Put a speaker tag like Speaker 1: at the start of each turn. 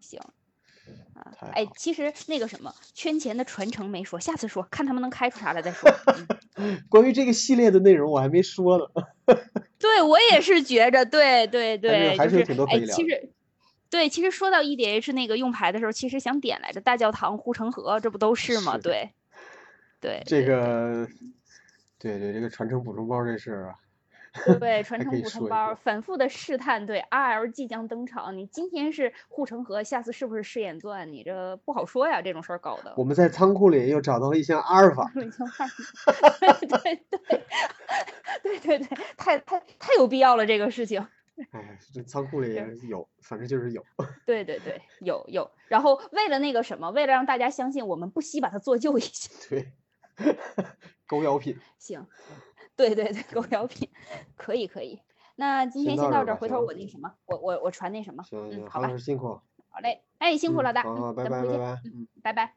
Speaker 1: 行。啊
Speaker 2: 太，
Speaker 1: 哎
Speaker 2: 好，
Speaker 1: 其实那个什么圈钱的传承没说，下次说，看他们能开出啥来再说。 嗯
Speaker 2: 关于这个系列的内容我还没说呢。
Speaker 1: 对我也是觉着，对对对，
Speaker 2: 还是有还
Speaker 1: 就是
Speaker 2: 有
Speaker 1: 是
Speaker 2: 挺多可
Speaker 1: 哎，
Speaker 2: 以聊
Speaker 1: 其
Speaker 2: 的
Speaker 1: 实。对，其实说到 EDH 那个用牌的时候，其实想点来着，大教堂、护城河，这不都是吗？
Speaker 2: 是
Speaker 1: 对，对，
Speaker 2: 这个，对对，这个传承补充包这事儿啊，
Speaker 1: 对，传
Speaker 2: 还可
Speaker 1: 承
Speaker 2: 以
Speaker 1: 补充
Speaker 2: 说一
Speaker 1: 包，
Speaker 2: 说
Speaker 1: 反复的试探，对，RL 即将登场，你今天是护城河，下次是不是试演钻？你这不好说呀，这种事儿搞的。，
Speaker 2: 我们在仓库里又找到了一箱阿尔法
Speaker 1: 没错， 对对对对对对，太太太有必要了这个事情。
Speaker 2: 哎，这仓库里有，反正就是有。
Speaker 1: 对对对，有有。然后为了那个什么，为了让大家相信，我们不惜把它做旧一下。
Speaker 2: 对， 狗咬品，
Speaker 1: 行，对对对，狗咬品，可以可以。那今
Speaker 2: 嗯先
Speaker 1: 天
Speaker 2: 到
Speaker 1: 先
Speaker 2: 这
Speaker 1: 到
Speaker 2: 儿
Speaker 1: 这儿，
Speaker 2: 吧
Speaker 1: 回头
Speaker 2: 行
Speaker 1: 我那什么，我我我传那什么，
Speaker 2: 行
Speaker 1: 嗯，
Speaker 2: 行，
Speaker 1: 好
Speaker 2: 韩
Speaker 1: 吧
Speaker 2: 老，师辛苦，
Speaker 1: 好嘞，哎，辛苦
Speaker 2: 嗯
Speaker 1: 老大，
Speaker 2: 好
Speaker 1: 嗯
Speaker 2: 好，拜
Speaker 1: 咱们
Speaker 2: 拜
Speaker 1: 回
Speaker 2: 拜
Speaker 1: 见，
Speaker 2: 拜，嗯。
Speaker 1: 拜拜。